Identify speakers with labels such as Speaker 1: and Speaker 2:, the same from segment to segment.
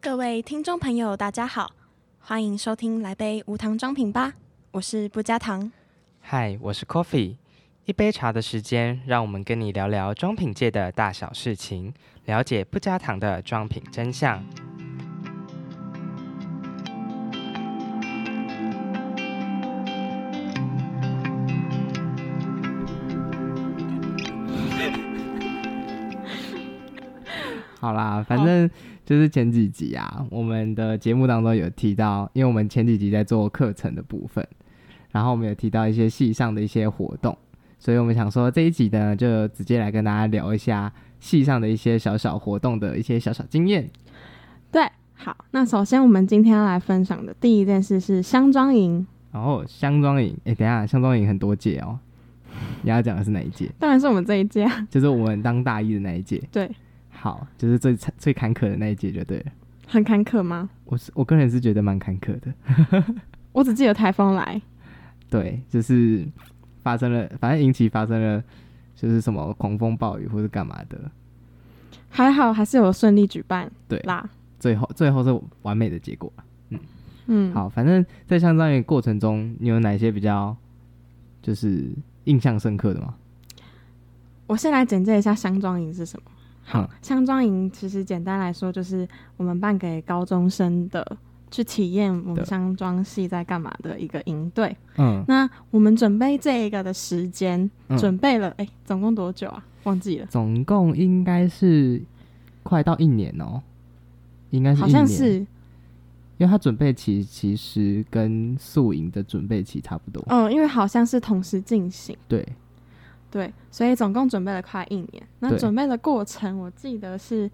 Speaker 1: 各位听众朋友，大家好，欢迎收听《来杯无糖装品吧》，我是不加糖。
Speaker 2: 嗨，我是 Coffee，一杯茶的时间，让我们跟你聊聊装品界的大小事情，了解不加糖的装品真相。
Speaker 3: 好啦，反正就是前几集啊，我们的节目当中有提到，因为我们前几集在做课程的部分，然后我们有提到一些系上的一些活动，所以我们想说这一集呢，就直接来跟大家聊一下系上的一些小小活动的一些小小经验。
Speaker 1: 对，好，那首先我们今天要来分享的第一件事是箱装营，
Speaker 3: 然后箱装哦营，哎、等一下箱装营很多届哦， 你要讲的是哪一届？
Speaker 1: 当然是我们这一届啊。
Speaker 3: 就是我们当大一的那一届。
Speaker 1: 对，
Speaker 3: 好，就是最惨最坎坷的那一届就对了。
Speaker 1: 很坎坷吗？
Speaker 3: 我是我个人是觉得蛮坎坷的。
Speaker 1: 我只记得台风来，
Speaker 3: 对，就是发生了，反正引起发生了，就是什么狂风暴雨或者干嘛的。
Speaker 1: 还好还是有顺利举办
Speaker 3: 对，
Speaker 1: 啦。
Speaker 3: 最后最后是完美的结果。
Speaker 1: 嗯，
Speaker 3: 好，反正在相当于过程中，你有哪些比较就是印象深刻的吗？
Speaker 1: 我先来简介一下箱装营是什么。
Speaker 3: 好，
Speaker 1: 箱装营其实简单来说就是我们办给高中生的，去体验我们
Speaker 3: 对
Speaker 1: 箱装系在干嘛的一个营队。
Speaker 3: 嗯，
Speaker 1: 那我们准备这一个的时间，
Speaker 3: 嗯
Speaker 1: 准备了哎、总共多久啊？忘记了，
Speaker 3: 总共应该是快到一年哦、应该是
Speaker 1: 好
Speaker 3: 一
Speaker 1: 像
Speaker 3: 年，
Speaker 1: 是
Speaker 3: 因为他准备期其实跟宿营的准备期差不多。
Speaker 1: 嗯，因为好像是同时进行，
Speaker 3: 对，
Speaker 1: 对，所以总共准备了快一年。那
Speaker 3: 对
Speaker 1: 准备的过程，我记得是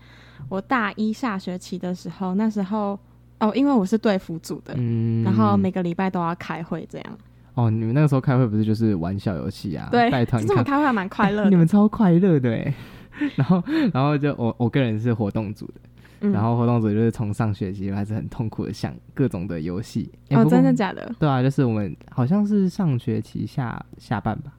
Speaker 1: 我大一下学期的时候，那时候哦，因为我是队服组的，
Speaker 3: 嗯，
Speaker 1: 然后每个礼拜都要开会，这样、
Speaker 3: 哦，你们那个时候开会不是就是玩小游戏啊，
Speaker 1: 对
Speaker 3: 带，团
Speaker 1: 其实我
Speaker 3: 看
Speaker 1: 们开会还蛮快乐 的。
Speaker 3: 你们超快乐的哎。 然后，然后就我我个人是活动组的，
Speaker 1: 嗯
Speaker 3: 然后活动组就是从上学期还是很痛苦的想各种的游戏。诶
Speaker 1: 哦，
Speaker 3: 哎不过
Speaker 1: 真的假的？
Speaker 3: 对啊，就是我们好像是上学期下下半吧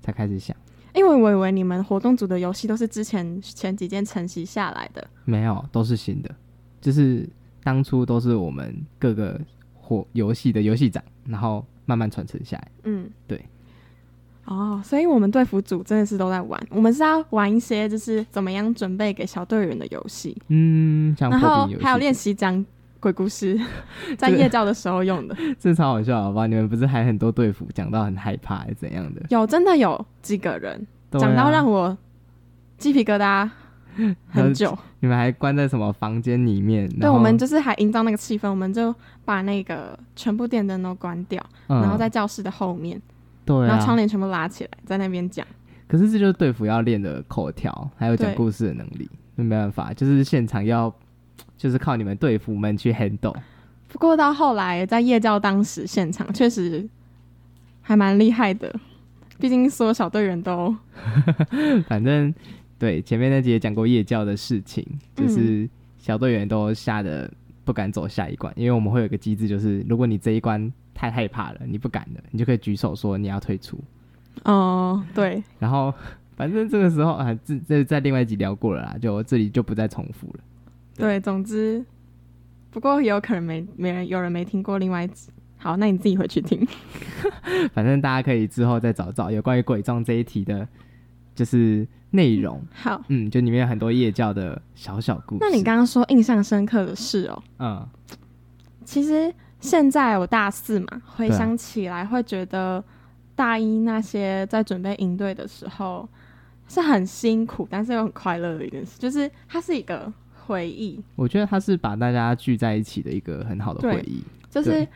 Speaker 3: 才开始想，
Speaker 1: 因为我以为你们活动组的游戏都是之前前几件晨习下来的，
Speaker 3: 没有都是新的，就是当初都是我们各个活游戏的游戏长，然后慢慢传承下来。
Speaker 1: 嗯，
Speaker 3: 对。
Speaker 1: 哦，所以我们队服组真的是都在玩，我们是要玩一些就是怎么样准备给小队员的游戏，
Speaker 3: 嗯，像
Speaker 1: 然
Speaker 3: 破
Speaker 1: 后
Speaker 3: 冰游戏，
Speaker 1: 还有练习讲鬼 故事，在
Speaker 3: 这个
Speaker 1: 夜教的时候用的。
Speaker 3: 这超好笑，好吧？你们不是还很多队服讲到很害怕还是怎样的？
Speaker 1: 有真的有几个人
Speaker 3: 对
Speaker 1: 讲到
Speaker 3: 啊
Speaker 1: 让我鸡皮疙瘩很久，
Speaker 3: 你们还关在什么房间里面？
Speaker 1: 对，
Speaker 3: 然后
Speaker 1: 我们就是还营造那个气氛，我们就把那个全部电灯都关掉，
Speaker 3: 嗯
Speaker 1: 然后在教室的后面，
Speaker 3: 对
Speaker 1: 然后
Speaker 3: 啊，
Speaker 1: 窗帘全部拉起来，在那边讲。
Speaker 3: 可是这就是队服要练的口条，还有讲
Speaker 1: 对
Speaker 3: 故事的能力，那没办法，就是现场要就是靠你们队服们去 handle。
Speaker 1: 不过到后来，在夜教当时现场确实还蛮厉害的，毕竟所有小队员都嗯
Speaker 3: 反正对前面那集也讲过夜教的事情，
Speaker 1: 嗯
Speaker 3: 就是小队员都吓得不敢走下一关，因为我们会有一个机制，就是如果你这一关太害怕了，你不敢了，你就可以举手说你要退出。
Speaker 1: 哦、对，
Speaker 3: 然后反正这个时候啊，这这在另外一集聊过了啦，就这里就不再重复了。
Speaker 1: 对，总之，不过也有可能没没人有人没听过另外一集。好，那你自己回去听。
Speaker 3: 反正大家可以之后再找找有关于鬼葬这一题的，就是内容。
Speaker 1: 好，
Speaker 3: 嗯，就里面有很多夜教的小小故事。
Speaker 1: 那你刚刚说印象深刻的事哦，
Speaker 3: 嗯，
Speaker 1: 其实现在我大四嘛，回
Speaker 3: 对啊
Speaker 1: 想起来会觉得大一那些在准备营队的时候是很辛苦，但是又很快乐的一件事，就是它是一个回忆，
Speaker 3: 我觉得它是把大家聚在一起的一个很好的回忆。
Speaker 1: 就是
Speaker 3: 对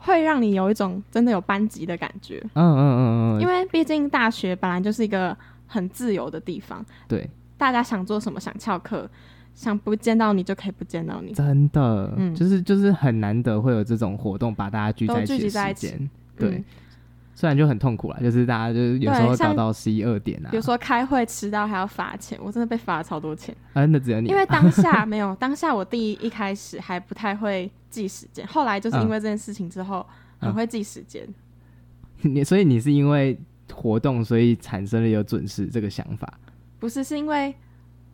Speaker 1: 会让你有一种真的有班级的感觉，
Speaker 3: 嗯嗯嗯嗯，
Speaker 1: 因
Speaker 3: 为
Speaker 1: 为毕竟大学本来就是一个很自由的地方，
Speaker 3: 对，
Speaker 1: 大家想做什么想翘课，想不见到你就可以不见到你。
Speaker 3: 真的，
Speaker 1: 嗯
Speaker 3: 就是就是很难得会有这种活动把大家聚在一
Speaker 1: 都聚
Speaker 3: 起
Speaker 1: 集
Speaker 3: 的
Speaker 1: 在一
Speaker 3: 时
Speaker 1: 起
Speaker 3: 间。对
Speaker 1: 嗯，，
Speaker 3: 虽然就很痛苦啦，就是大家就是有时候
Speaker 1: 对像
Speaker 3: 搞到十一二点啊
Speaker 1: 比，如说开会迟到还要罚钱，我真的被罚了超多钱。
Speaker 3: 啊，那只有你
Speaker 1: 因为当下没有， 当下我第一一开始还不太会记时间，后来就是因为这件事情之后，
Speaker 3: 嗯
Speaker 1: 很会记时间。
Speaker 3: 你，所以你是因为活动所以产生了有准时这个想法。
Speaker 1: 不是，是因为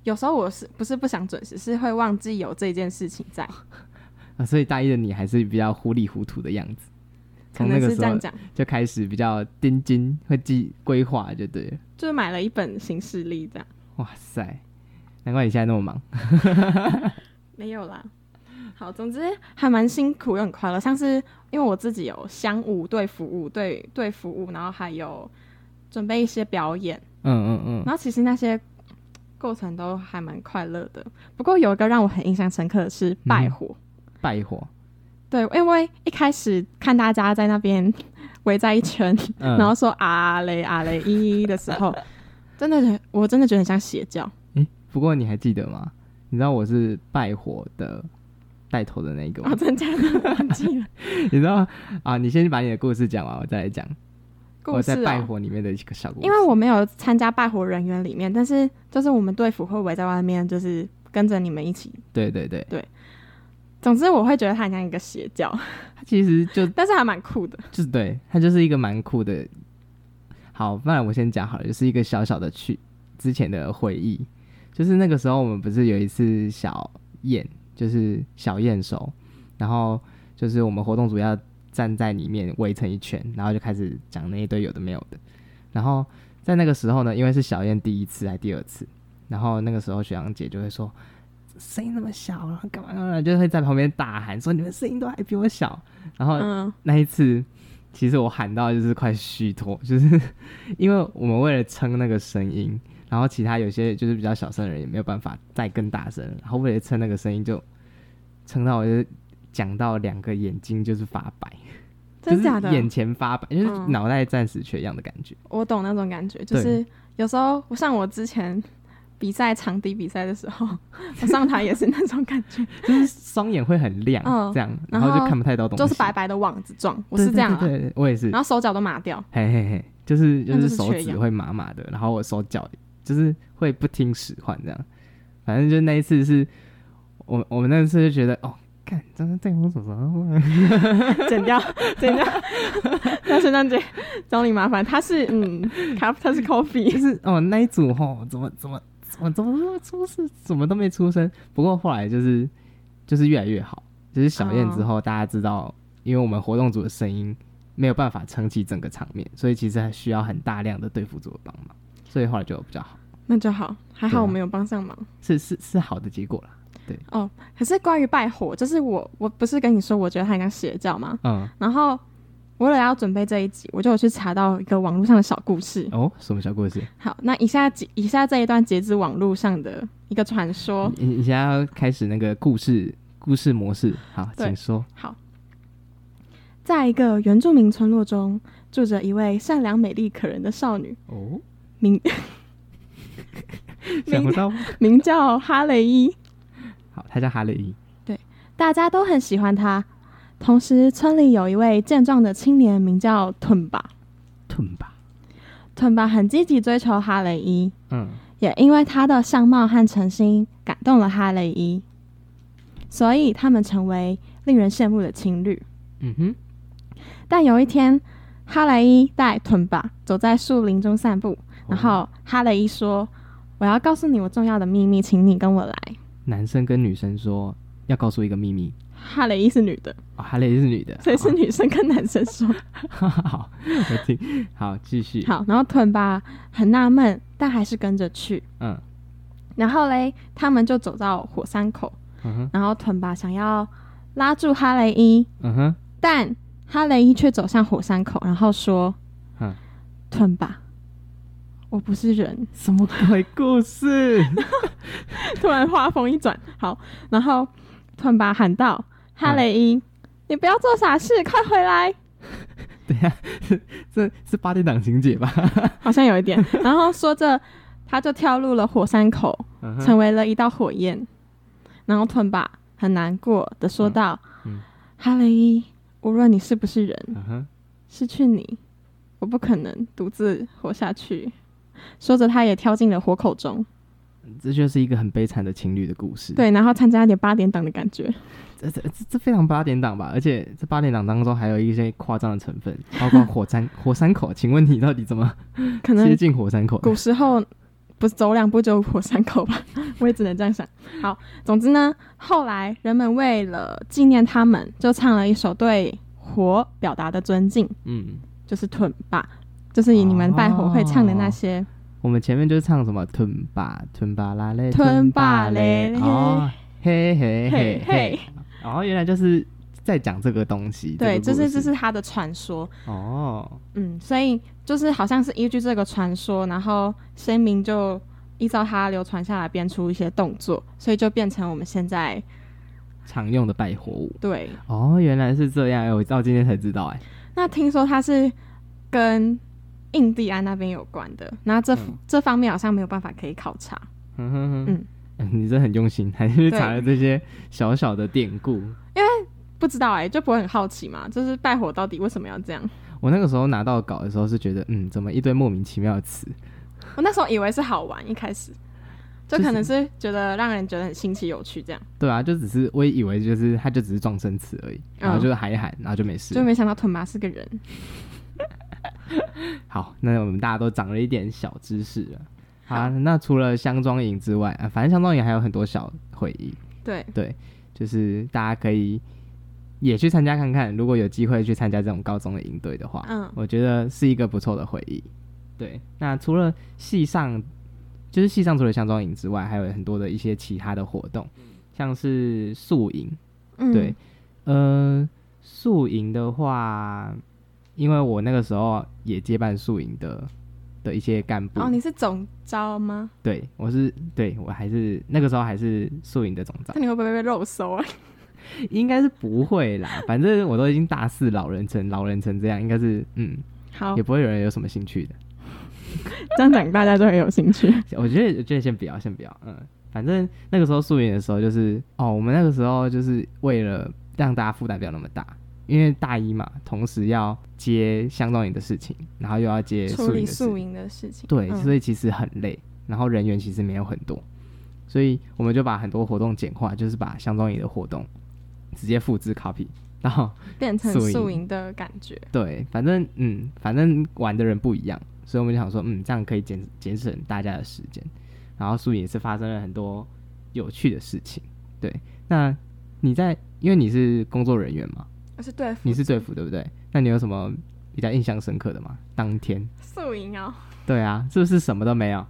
Speaker 1: 有时候我是不是不想准时，是会忘记有这件事情在，
Speaker 3: 啊，所以大一的你还是比较糊里糊涂的样子，
Speaker 1: 可
Speaker 3: 从那
Speaker 1: 能
Speaker 3: 个
Speaker 1: 是
Speaker 3: 时
Speaker 1: 这样
Speaker 3: 候
Speaker 1: 讲。
Speaker 3: 就开始比较盯紧，会记规划就对了。
Speaker 1: 就是买了一本行事历这样，
Speaker 3: 哇塞，难怪你现在那么忙。
Speaker 1: 没有啦。好，总之还蛮辛苦又很快乐。像是因为我自己有相舞对服务，对对服务，然后还有准备一些表演，
Speaker 3: 嗯嗯嗯，
Speaker 1: 然后其实那些过程都还蛮快乐的。不过有一个让我很印象深刻的是拜
Speaker 3: 嗯
Speaker 1: 火，
Speaker 3: 拜火，
Speaker 1: 对，因为一开始看大家在那边围在一圈，
Speaker 3: 嗯，
Speaker 1: 然后说啊嘞啊嘞一一的时候，真的觉得我真的觉得很像邪 教。
Speaker 3: 诶不过你还记得吗？你知道我是拜火的带头的那一个吗
Speaker 1: 哦，？真的假的？忘记了
Speaker 3: 你知道啊？你先把你的故事讲完，我再来讲
Speaker 1: 故
Speaker 3: 我在
Speaker 1: 事哦
Speaker 3: 拜火里面的一个小故事。
Speaker 1: 因为我没有参加拜火人员里面，但是就是我们队服会围在外面，就是跟着你们一起。
Speaker 3: 对对对，
Speaker 1: 总之，我会觉得它很像一个邪教，
Speaker 3: 它其实就
Speaker 1: 但是还蛮酷的。
Speaker 3: 就是对，它就是一个蛮酷的。好，不然我先讲好了，就是一个小小的去之前的回忆，就是那个时候我们不是有一次小宴，就是小验收，然后就是我们活动组要站在里面围成一圈，然后就开始讲那一堆有的没有的。然后在那个时候呢，因为是小燕第一次还第二次，然后那个时候学长姐就会说声音那么小，然后干嘛干嘛，就会在旁边大喊说你们声音都还比我小。然后
Speaker 1: 嗯，
Speaker 3: 那一次，其实我喊到就是快虚脱， 就是因为我们为了撑那个声音，然后其他有些就是比较小声的人也没有办法再更大声了，然后为了撑那个声音就撑到我就是讲到两个眼睛就是发白，
Speaker 1: 真假的
Speaker 3: 就？是眼前发白，就是
Speaker 1: 嗯
Speaker 3: 脑袋暂时缺氧的感觉。
Speaker 1: 我懂那种感觉，就是有时候我像我之前比赛场地比赛的时候， 我上台也是那种感觉，
Speaker 3: 就是双眼会很亮，
Speaker 1: 嗯
Speaker 3: 这样，然
Speaker 1: 然后
Speaker 3: 后就看不太到东西，
Speaker 1: 就是白白的网子状，我
Speaker 3: 对
Speaker 1: 是这样啊
Speaker 3: 对对对我也是，
Speaker 1: 然后手脚都麻掉。
Speaker 3: 嘿嘿嘿，就是
Speaker 1: 那
Speaker 3: 就
Speaker 1: 就是是
Speaker 3: 手
Speaker 1: 缺
Speaker 3: 指
Speaker 1: 氧
Speaker 3: 会麻麻的，然后我手脚就是会不听使唤这样。反正就那一次是，我我们那次就觉得哦，看真的对我怎么
Speaker 1: 剪掉，剪 掉。那圣诞节 找你麻烦，他是嗯，他他是 coffee，
Speaker 3: 就是哦那一组吼怎么怎么怎么怎么那么出事，怎么都没出声。不过后来就是就是越来越好，就是小燕
Speaker 1: 哦
Speaker 3: 之后、大家知道，因为我们活动组的声音没有办法撑起整个场面，所以其实还需要很大量的对付组的帮忙，所以后来就比较好，
Speaker 1: 那就好，还
Speaker 3: 对
Speaker 1: 好
Speaker 3: 啊
Speaker 1: 我没有帮上忙。
Speaker 3: 是是是好的结果啦。
Speaker 1: 哦，可是关于拜火，就是我我不是跟你说，我觉得它很像邪教吗？
Speaker 3: 嗯，
Speaker 1: 然后我为了要准备这一集，我就有去查到一个网络上的小故事。
Speaker 3: 哦，什么小故事？
Speaker 1: 好，那以下几以下这一段截止网络上的一个传说。
Speaker 3: 你你现在要开始那个故事故事模式，好，
Speaker 1: 对
Speaker 3: 请说。
Speaker 1: 好，在一个原住民村落中，住着一位善良、美丽、可人的少女，
Speaker 3: 哦，
Speaker 1: 名
Speaker 3: 想不到，
Speaker 1: 名叫哈雷伊。
Speaker 3: 好，他叫哈雷伊，
Speaker 1: 大家都很喜欢他。同时，村里有一位健壮的青年，名叫屯巴。
Speaker 3: 吞吧，
Speaker 1: 屯巴很积极追求哈雷伊，
Speaker 3: 嗯，
Speaker 1: 也因为他的相貌和诚心感动了哈雷伊，所以他们成为令人羡慕的情侣。
Speaker 3: 嗯哼，
Speaker 1: 但有一天，哈雷伊带屯巴走在树林中散步，
Speaker 3: 哦
Speaker 1: 然后哈雷伊说：“我要告诉你我重要的秘密，请你跟我来。
Speaker 3: 男生跟女生说要告诉一个秘密，”
Speaker 1: 哈雷伊是女的，
Speaker 3: 哦，哈雷伊是女的，
Speaker 1: 所以是女生跟男生说。
Speaker 3: 好， 好，我听，好，继续，
Speaker 1: 好，然后屯巴很纳闷，但还是跟着去。
Speaker 3: 嗯
Speaker 1: 然后嘞，他们就走到火山口，
Speaker 3: 嗯哼，
Speaker 1: 然后屯巴想要拉住哈雷伊，
Speaker 3: 嗯哼，
Speaker 1: 但哈雷伊却走向火山口，然后说
Speaker 3: 嗯，：“
Speaker 1: 屯巴，我不 是人。
Speaker 3: 什么鬼故事？”
Speaker 1: 突然话锋一转，好，然后屯巴喊道：“哈雷
Speaker 3: 嗯
Speaker 1: 伊，你不要做傻事，快回来
Speaker 3: 等一下，这是八点档情节吧？！”
Speaker 1: 好像有 一点。然后说着，他就跳入了火山口，
Speaker 3: 嗯哼
Speaker 1: 成为了一道火
Speaker 3: 嗯
Speaker 1: 焰。然后屯爸很难过的说道：“
Speaker 3: 嗯嗯
Speaker 1: 哈雷伊，无论你是不是人，
Speaker 3: 嗯哼，
Speaker 1: 失去你，我不可能独自活下去。”说着，他也跳进了火口中。
Speaker 3: 这就是一个很悲惨的情侣的故事。
Speaker 1: 对，然后参加一点八点档的感觉。
Speaker 3: 这这这这非常八点档吧，而且这八点档当中还有一些夸张的成分， 包括火山火山口。请问你到底怎么
Speaker 1: 可
Speaker 3: 接
Speaker 1: 能
Speaker 3: 近火山口的？
Speaker 1: 古时候不是周亮，不就火山口吧？ 我也只能这样想。好，总之呢，后来人们为了纪念他们，就唱了一首对火表达的尊敬，
Speaker 3: 嗯，
Speaker 1: 就是屯吧，就是以你们拜火会唱的那些。
Speaker 3: 我们前面就是唱什么吞吧吞吧啦嘞，
Speaker 1: 吞吧嘞
Speaker 3: 哦，嘿嘿
Speaker 1: 嘿
Speaker 3: 嘿
Speaker 1: 嘿
Speaker 3: 嘿，，哦，原来就是在讲这个东西，
Speaker 1: 对，
Speaker 3: 这
Speaker 1: 这
Speaker 3: 个
Speaker 1: 是
Speaker 3: 故
Speaker 1: 这
Speaker 3: 事
Speaker 1: 是他的传说，
Speaker 3: 哦，
Speaker 1: 嗯，所以就是好像是依据这个传说，然后先民就依照它流传下来编出一些动作，所以就变成我们现在
Speaker 3: 常用的拜火舞，
Speaker 1: 对。
Speaker 3: 哦，原来是这样，哎，我到今天才知道，哎，
Speaker 1: 那听说它是跟印第安那边有关的，那这、
Speaker 3: 嗯
Speaker 1: 这方面好像没有办法可以考察，
Speaker 3: 哼哼
Speaker 1: 嗯
Speaker 3: 哼，嗯， 你这很用心，还是去
Speaker 1: 对
Speaker 3: 查了这些小小的典故。
Speaker 1: 不知道哎、就不会很好奇嘛，就是拜火到底为什么要这样？
Speaker 3: 我那个时候拿到稿的时候是觉得，嗯，怎么一堆莫名其妙的词？
Speaker 1: 我那时候以为是好玩，一开始就可能是觉得让人觉得很新奇有趣这样。
Speaker 3: 对啊，就只是我也以为就是它就只是撞声词而已，然后就喊一喊，然后就没事。
Speaker 1: 就没想到屯马是个人。
Speaker 3: 好，那我们大家都长了一点小知识了。好啊，那除了箱装营之外，啊，反正箱装营还有很多小回忆，
Speaker 1: 对，
Speaker 3: 就是大家可以也去参加看看。如果有机会去参加这种高中的营队的话，
Speaker 1: 嗯
Speaker 3: 我觉得是一个不错的回忆。对，那除了系上，就是系上除了箱装营之外，还有很多的一些其他的活动，像是宿营，
Speaker 1: 嗯，
Speaker 3: 对，，呃，宿营的话，因为我那个时候也接办宿营的的一些干部，
Speaker 1: 哦，你是总招吗？
Speaker 3: 对我是对我还是那个时候还是宿营的总长
Speaker 1: 那，你会不会被肉搜啊？
Speaker 3: 应该是不会啦，反正我都已经大四老人成老人成这样，应该是嗯，
Speaker 1: 好
Speaker 3: 也， 不会有人有什么兴趣的。
Speaker 1: 这样讲大家就很有兴趣。
Speaker 3: 我觉得，我觉得先不要，先不要。嗯，反正那个时候宿营的时候，就是哦，我们那个时候就是为了让大家负担不要那么大，因为大一嘛，同时要接相当营的事情，然后又要接
Speaker 1: 处
Speaker 3: 宿营
Speaker 1: 理
Speaker 3: 的事
Speaker 1: 宿
Speaker 3: 情，
Speaker 1: 营的事情，
Speaker 3: 对，
Speaker 1: 嗯
Speaker 3: 所以其实很累，然后人员其实没有很多，所以我们就把很多活动简化，就是把相当营的活动直接复制 copy，然后
Speaker 1: 变成
Speaker 3: 宿营
Speaker 1: 宿营的感觉。
Speaker 3: 对，反正嗯，反正玩的人不一样，所以我们就想说，嗯，这样可以节节省大家的时间。然后宿营也是发生了很多有趣的事情。对，那你在因为你是工作人员嘛，
Speaker 1: 而是对付
Speaker 3: 你是队服对不对？那你有什么比较印象深刻的吗？当天？
Speaker 1: 宿营哦，
Speaker 3: 对啊，是不是什么都没有？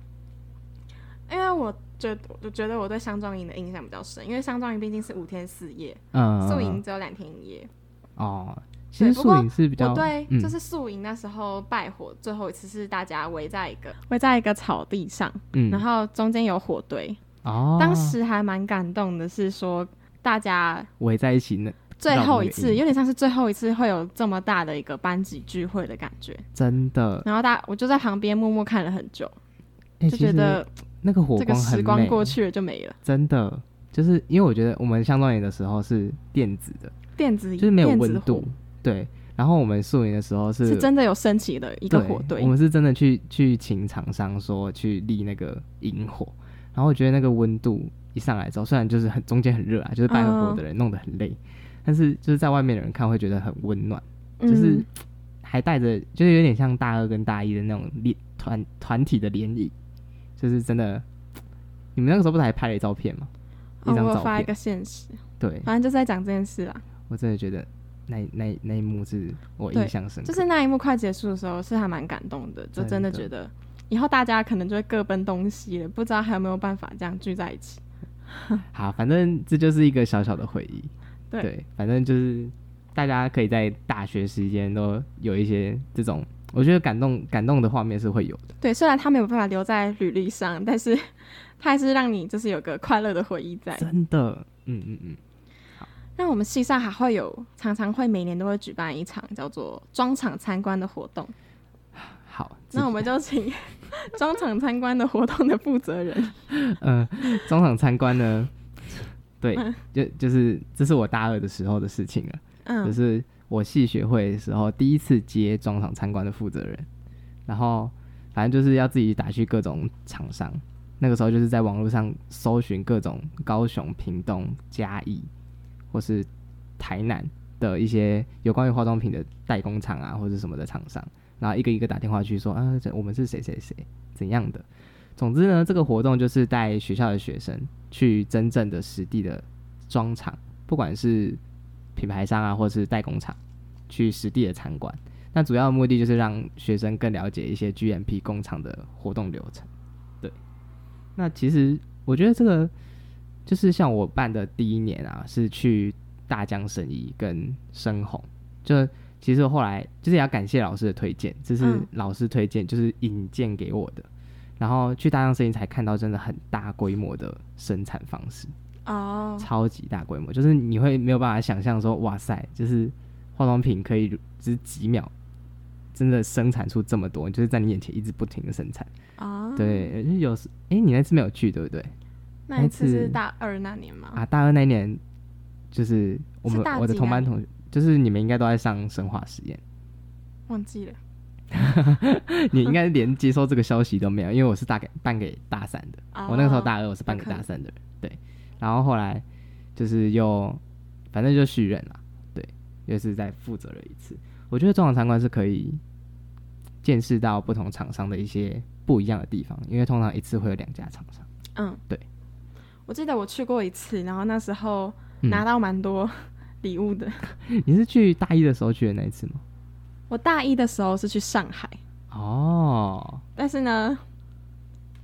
Speaker 1: 因为我觉得我觉得我对香庄营的印象比较深，因为香庄营毕竟是五天四夜，
Speaker 3: 嗯，
Speaker 1: 宿营只有两天一夜。
Speaker 3: 哦，其
Speaker 1: 对
Speaker 3: 实
Speaker 1: 不
Speaker 3: 宿
Speaker 1: 过
Speaker 3: 营是比较
Speaker 1: 我对，
Speaker 3: 嗯、
Speaker 1: 就是宿营那时候拜火最后一次是大家围在一个 围在一个草地上，
Speaker 3: 嗯，
Speaker 1: 然后中间有火堆，
Speaker 3: 哦，
Speaker 1: 当时还蛮感动的，是说大家
Speaker 3: 围在一起呢，
Speaker 1: 最后一
Speaker 3: 绕那个
Speaker 1: 次，
Speaker 3: 营
Speaker 1: 有点像是最后一次会有这么大的一个班级聚会的感觉。
Speaker 3: 真的，
Speaker 1: 然后大我就在旁边默默看了很久，
Speaker 3: 哎、
Speaker 1: 就
Speaker 3: 其
Speaker 1: 觉
Speaker 3: 实
Speaker 1: 得
Speaker 3: 那个火
Speaker 1: 这个
Speaker 3: 光很
Speaker 1: 时光
Speaker 3: 美啊
Speaker 1: 过去了就没了。
Speaker 3: 真的，就是因为我觉得我们相撞营的时候是电子的，
Speaker 1: 电子
Speaker 3: 就是没有
Speaker 1: 电子
Speaker 3: 温
Speaker 1: 火
Speaker 3: 度，对。然后我们宿营的时候是
Speaker 1: 是真的有升起的一
Speaker 3: 一
Speaker 1: 个火堆
Speaker 3: 我，们是真的去去请厂商说去立那个引火，然后我觉得那个温度一上来之后，虽然就是很中间很热啊，就是拜火
Speaker 1: 嗯
Speaker 3: 的人弄得很累，但是就是在外面的人看会觉得很温暖，
Speaker 1: 嗯
Speaker 3: 就是还带着就是有点像大二跟大一的那种联团团体的联谊，就是真的。你们那个时候不是还拍了一照片吗？
Speaker 1: 哦
Speaker 3: 一张
Speaker 1: 我有
Speaker 3: 照
Speaker 1: 发一
Speaker 3: 片，
Speaker 1: 个现实，
Speaker 3: 对，
Speaker 1: 反正就是在讲这件事啦。
Speaker 3: 我真的觉得那那那一幕是我
Speaker 1: 对
Speaker 3: 印象深刻，
Speaker 1: 就是那一幕快结束的时候，是还蛮感动的，就真的觉
Speaker 3: 真
Speaker 1: 得以后大家可能就会各奔东西了，不知道还有没有办法这样聚在一起。
Speaker 3: 好，反正这就是一个小小的回忆。
Speaker 1: 对
Speaker 3: 反正就是大家可以在大学时间都有一些这种，我觉得感动感动的画面是会有的。
Speaker 1: 对，虽然他没有办法留在履历上，但是 他还是让你就是有个快乐的回忆在。
Speaker 3: 真的，嗯嗯嗯，
Speaker 1: 那我们系上还会有常常会每年都会举办一场叫做庄场参观的活动，
Speaker 3: 好。
Speaker 1: 那我们就请 庄场参观的活动的负责 人，
Speaker 3: 嗯，中场参观呢，对
Speaker 1: 嗯，
Speaker 3: 就就是这是我大二的时候的事情了，就
Speaker 1: 嗯，
Speaker 3: 是我系学会的时候第一次接中场参观的负责人，然后反正就是要自己打去各种厂商。那个时候就是在网络上搜寻各种高雄、屏东、嘉义或是台南的一些有关于化妆品的代工厂啊，或者什么的厂商，然后一个一个打电话去说啊，这我们是谁谁谁怎样的，总之呢，这个活动就是带学校的学生去真正的实地的装厂，不管是品牌商啊，或是代工厂，去实地的参观。那主要的目的就是让学生更了解一些 GMP 工厂的活动流程。对，那其实我觉得这个就是像我办的第一年啊，是去大江神医跟深红，就其实后来就是也要感谢老师的推荐，这是
Speaker 1: 嗯
Speaker 3: 老师推荐，就是引荐给我的。然后去大江生意才看到真的很大规模的生产方式，
Speaker 1: 哦，
Speaker 3: 超级大规模，就是你会没有办法想象说，哇塞，就是化妆品可以只是几秒，真的生产出这么多，就是在你眼前一直不停的生产。
Speaker 1: 哦，，
Speaker 3: 对，就是有时，哎、你那次没有去对不对？
Speaker 1: 嗯那一次
Speaker 3: 那
Speaker 1: 是
Speaker 3: 次
Speaker 1: 大二那年吗？
Speaker 3: 啊，大二那一年，就是我们
Speaker 1: 是大
Speaker 3: 我的
Speaker 1: 几
Speaker 3: 同班
Speaker 1: 那
Speaker 3: 同学，就是你们应该都在上生化实验，
Speaker 1: 忘记了。
Speaker 3: 你应该连接收这个消息都没有，因为我是大概办给大三的。
Speaker 1: 哦
Speaker 3: 我那个时候大二，我是半个
Speaker 1: 有可能
Speaker 3: 大三的人，对。然后后来就是又，反正就续任了，对，又是再负责了一次。我觉得中场参观是可以见识到不同厂商的一些不一样的地方，因为通常一次会有两家厂商。
Speaker 1: 嗯，
Speaker 3: 对。
Speaker 1: 我记得我去过一次，然后那时候
Speaker 3: 嗯
Speaker 1: 拿到蛮多 礼物的。
Speaker 3: 你是去大一的时候去的那一次吗？
Speaker 1: 我大一的时候是去上海，
Speaker 3: 哦，
Speaker 1: 但是呢，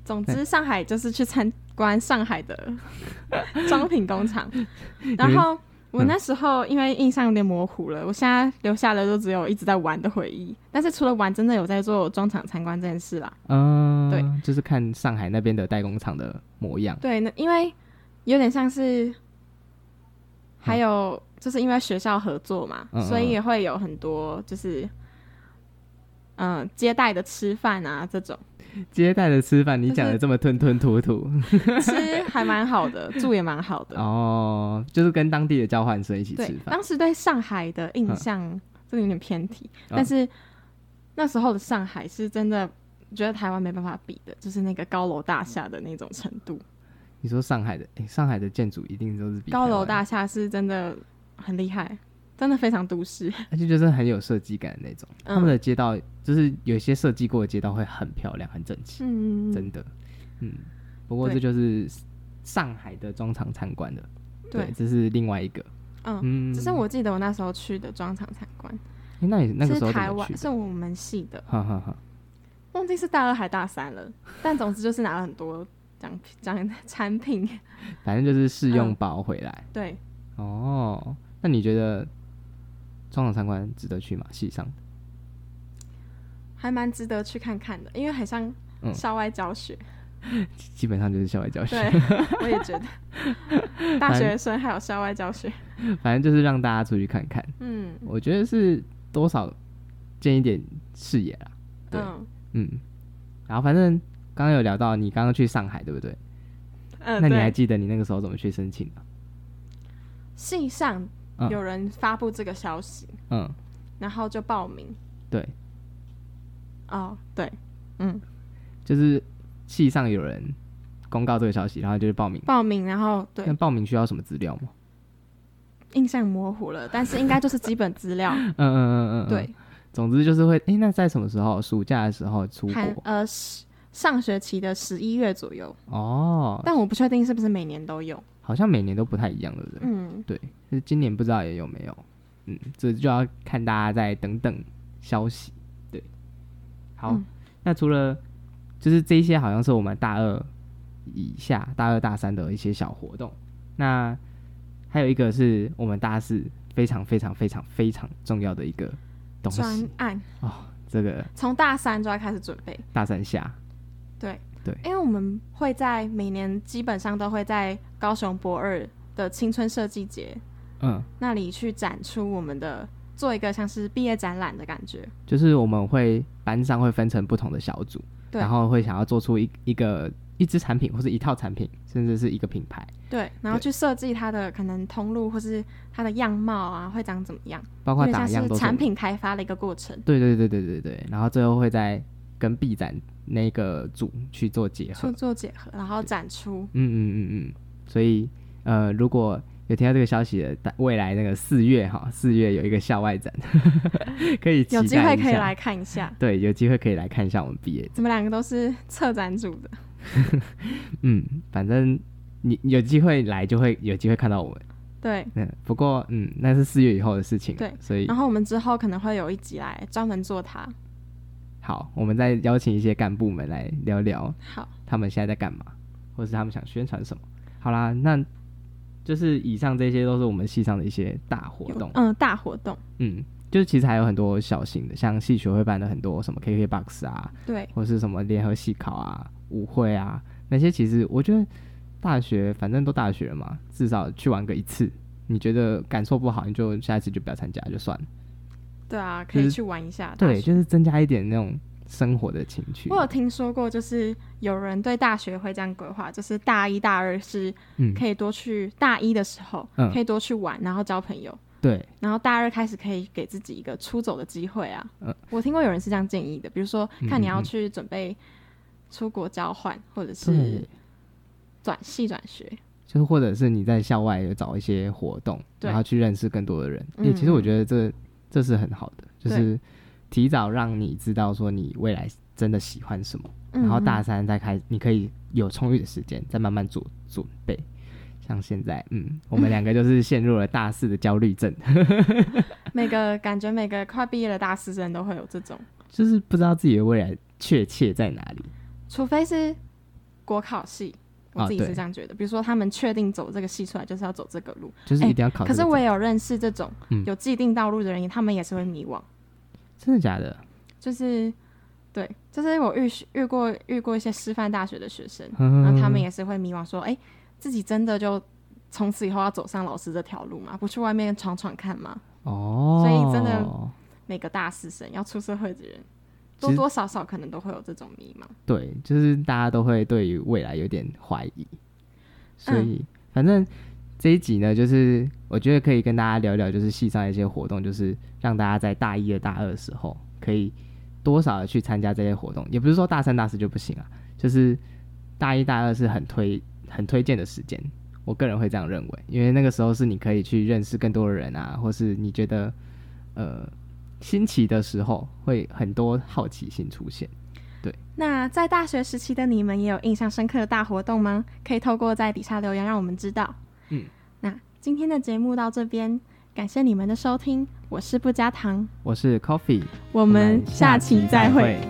Speaker 1: 总之上海就是去参观上海的 装品工厂，然后。
Speaker 3: 嗯
Speaker 1: 我那时候因为印象有点模糊了，我现在留下的都只有一直在玩的回忆。但是除了玩，真的有在做装厂参观这件事啦。
Speaker 3: 嗯、
Speaker 1: 对，
Speaker 3: 就是看上海那边的代工厂的模样。
Speaker 1: 对，那因为有点像
Speaker 3: 嗯
Speaker 1: 是，还有就是因为学校合作嘛，
Speaker 3: 嗯嗯
Speaker 1: 所以也会有很多就是，嗯、接待的吃饭啊这 种，
Speaker 3: 接待的吃饭，你
Speaker 1: 就是
Speaker 3: 讲的这么吞吞吐吐，
Speaker 1: 吃还蛮好的，住也蛮好的。
Speaker 3: 哦，就是跟当地的交换生一起吃
Speaker 1: 对，
Speaker 3: 饭。
Speaker 1: 当时对上海的印象真的有点偏题，
Speaker 3: 嗯
Speaker 1: 但是那时候的上海是真的。觉得台湾没办法比的，就是那个高楼大厦的那种程度。
Speaker 3: 你说上海的，诶上海的建筑一定都是比
Speaker 1: 高
Speaker 3: 台
Speaker 1: 楼
Speaker 3: 湾
Speaker 1: 大厦是真的很厉害，真的非常都市。
Speaker 3: 的，而且就是很有设计感的那种。他们
Speaker 1: 嗯
Speaker 3: 的街道就是有一些设计过的街道会很漂亮、很整齐，
Speaker 1: 嗯，
Speaker 3: 真的。嗯，不过
Speaker 1: 对
Speaker 3: 这就是上海的中场参观的，
Speaker 1: 对
Speaker 3: 这是另外一个。
Speaker 1: 嗯，
Speaker 3: 嗯，
Speaker 1: 只是我记得我那时候去的妆厂参观，
Speaker 3: 诶那你那个时候怎
Speaker 1: 是台
Speaker 3: 么去
Speaker 1: 湾，
Speaker 3: 的？
Speaker 1: 是我们系的，
Speaker 3: 哈哈哈，
Speaker 1: 忘记是大二还大三了，但总之就是拿了很多奖品奖产品。
Speaker 3: 反正就是试用
Speaker 1: 嗯
Speaker 3: 包回来。
Speaker 1: 对，
Speaker 3: 哦，那你觉得中场参观值得去吗？系上
Speaker 1: 还蛮值得去看看的，因为很像
Speaker 3: 嗯
Speaker 1: 校外教 学。
Speaker 3: 基本上就是校外教学。
Speaker 1: 对，我也觉得大学生还有校外教学，
Speaker 3: 反正就是让大家出去看看，
Speaker 1: 嗯
Speaker 3: 我觉得是多少见一点视野啦。对
Speaker 1: 嗯
Speaker 3: 嗯，然后反正刚刚有聊到你刚刚去上海，对不对？
Speaker 1: 嗯，
Speaker 3: 那你还
Speaker 1: 对，
Speaker 3: 记得你那个时候怎么去申请的？
Speaker 1: 系上
Speaker 3: 嗯
Speaker 1: 有人发布这个消息，
Speaker 3: 嗯，
Speaker 1: 然后就报名。
Speaker 3: 对，
Speaker 1: 哦，对，嗯，
Speaker 3: 就是系上有人公告这个消息，然后就是报名。
Speaker 1: 报名，然后对
Speaker 3: 那，报名需要什么资料吗？
Speaker 1: 印象模糊了，但是应该就是基本资料。
Speaker 3: 嗯嗯嗯嗯，嗯
Speaker 1: 对。，
Speaker 3: 总之就是会，诶，那在什么时候？暑假的时候出
Speaker 1: 寒
Speaker 3: 国
Speaker 1: 呃十上学期的十一月左右，
Speaker 3: 哦，
Speaker 1: 但我不确定是不是每年都有。
Speaker 3: 好像每年都不太一样，对不对？
Speaker 1: 嗯，
Speaker 3: 对，就是今年不知道也有没有，嗯，这就要看大家再等等消息。对，好，
Speaker 1: 嗯
Speaker 3: 那除了就是这一些，好像是我们大二以下、大二大三的一些小活动。那还有一个是我们大四非常非常非常非常重要的一个东
Speaker 1: 专
Speaker 3: 西，
Speaker 1: 案
Speaker 3: 这个
Speaker 1: 从大三就要开始准备，
Speaker 3: 大三下，
Speaker 1: 对
Speaker 3: 对
Speaker 1: 因为我们会在每年基本上都会在高雄博二的青春设计节
Speaker 3: 嗯，
Speaker 1: 那里去展出我们的做一个像是毕业展览的感觉。
Speaker 3: 就是我们会班上会分成不同的小组，
Speaker 1: 对
Speaker 3: 然后会想要做出一一个一支产品或是一套产品，甚至是一个品牌。
Speaker 1: 对，然后
Speaker 3: 对
Speaker 1: 去设计它的可能通路或是它的样貌啊，会长怎么样，
Speaker 3: 包
Speaker 1: 有
Speaker 3: 括
Speaker 1: 点
Speaker 3: 打
Speaker 1: 像
Speaker 3: 样
Speaker 1: 是
Speaker 3: 都是我
Speaker 1: 产
Speaker 3: 们
Speaker 1: 品开发的一个过程，
Speaker 3: 对对对对对对，然后最后会再跟 B 展那个组去做结合
Speaker 1: 去。做结合，然后展出。
Speaker 3: 嗯嗯嗯嗯，所以呃，如果有听到这个消息的，大未来那个四月哈，四月有一个校外展， 可以期
Speaker 1: 有
Speaker 3: 待
Speaker 1: 机会
Speaker 3: 一
Speaker 1: 可以
Speaker 3: 下
Speaker 1: 来看一下，
Speaker 3: 对，有机会可以来看一下我们毕业。
Speaker 1: 我们两个都是策展组的，
Speaker 3: 嗯，反正你你有机会来就会有机会看到我们。
Speaker 1: 对，
Speaker 3: 嗯，不过嗯，那是四月以后的事情了。
Speaker 1: 对
Speaker 3: 所以
Speaker 1: 然后我们之后可能会有一集来专门做它。
Speaker 3: 好，我们再邀请一些干部们来聊聊
Speaker 1: 好，
Speaker 3: 他们现在在干嘛，或是他们想宣传什么。好啦，那就是以上这些都是我们系上的一些大活
Speaker 1: 有
Speaker 3: 动。
Speaker 1: 嗯，大活动，
Speaker 3: 嗯，就是其实还有很多小型的，像系学会办的很多什么 KKBOX 啊，
Speaker 1: 对，
Speaker 3: 或是什么联合系考啊、舞会啊那些，其实我觉得大学反正都大学了嘛，至少去玩个一次。你觉得感受不好，你就下一次就不要参加就算了。
Speaker 1: 对啊，可
Speaker 3: 就
Speaker 1: 以
Speaker 3: 是
Speaker 1: 去玩一下。
Speaker 3: 对，，就是增加一点那种生活的情趣
Speaker 1: 我。有听说过，就是有人对大学会这样规划，就是大一、大二是
Speaker 3: 嗯，
Speaker 1: 可以多去，大一的时候
Speaker 3: 嗯
Speaker 1: 可以多去玩，然后交朋友，
Speaker 3: 对，
Speaker 1: 然后大二开始可以给自己一个出走的机会啊。
Speaker 3: 嗯
Speaker 1: 我听过有人是这样建议的，比如说看你
Speaker 3: 嗯
Speaker 1: 要
Speaker 3: 嗯嗯
Speaker 1: 去准备出国交换，或者是
Speaker 3: 对，
Speaker 1: 转系转学。
Speaker 3: 就是或者是你在校外有找一些活动，
Speaker 1: 对
Speaker 3: 然后去认识更多的人。
Speaker 1: 嗯
Speaker 3: 也其实我觉得这这是很好的，就
Speaker 1: 对
Speaker 3: 是提早让你知道说你未来真的喜欢什么，
Speaker 1: 嗯
Speaker 3: 然后大三再开，你可以有充裕的时间再慢慢做准备。像现在，嗯，我们两 个就是陷入了大四的焦虑症，
Speaker 1: 每个感觉每个快毕业的大四生都会有这种，
Speaker 3: 就是不知道自己的未来确切在哪里。
Speaker 1: 除非是国考系。我
Speaker 3: 啊
Speaker 1: 自己是
Speaker 3: 对
Speaker 1: 这样觉得，比如说他们确定走这个系出来就是要走这个路，
Speaker 3: 就是一定要考
Speaker 1: 哎可
Speaker 3: 这个证、
Speaker 1: 是我也有认识这种
Speaker 3: 嗯
Speaker 1: 有既定道路的人，他们也是会迷惘。
Speaker 3: 真的假的？
Speaker 1: 就是对，就是我遇遇过遇过一些师范大学的学生，
Speaker 3: 嗯
Speaker 1: 啊然后他们也是会迷惘说，哎、自己真的就从此以后要走上老师这条路吗？不去外面闯闯看吗？
Speaker 3: 哦，
Speaker 1: 所以真的每个大四生要出社会的人，
Speaker 3: 其
Speaker 1: 多
Speaker 3: 实
Speaker 1: 多少少可能都会有这种迷茫。
Speaker 3: 对，就是大家都会对于未来有点怀疑，所
Speaker 1: 嗯
Speaker 3: 以、反正这一集呢，就是我觉得可以跟大家聊聊，就是系上一些活动，就是让大家在大一的大二的时候可以多少的去参加这些活动，也不是说大三大四就不行啊，就是大一大二是很推很推荐的时间，我个人会这样认为，因为那个时候是你可以去认识更多的人啊，或是你觉得呃新奇的时候，会很多好奇心出现。
Speaker 1: 那在大学时期的你们也有印象深刻的大活动吗？可以透过在底下留言让我们知道。
Speaker 3: 嗯，
Speaker 1: 那今天的节目到这边，感谢你们的收听，我是不加糖，
Speaker 3: 我是 Coffee，
Speaker 1: 我们下期再会。。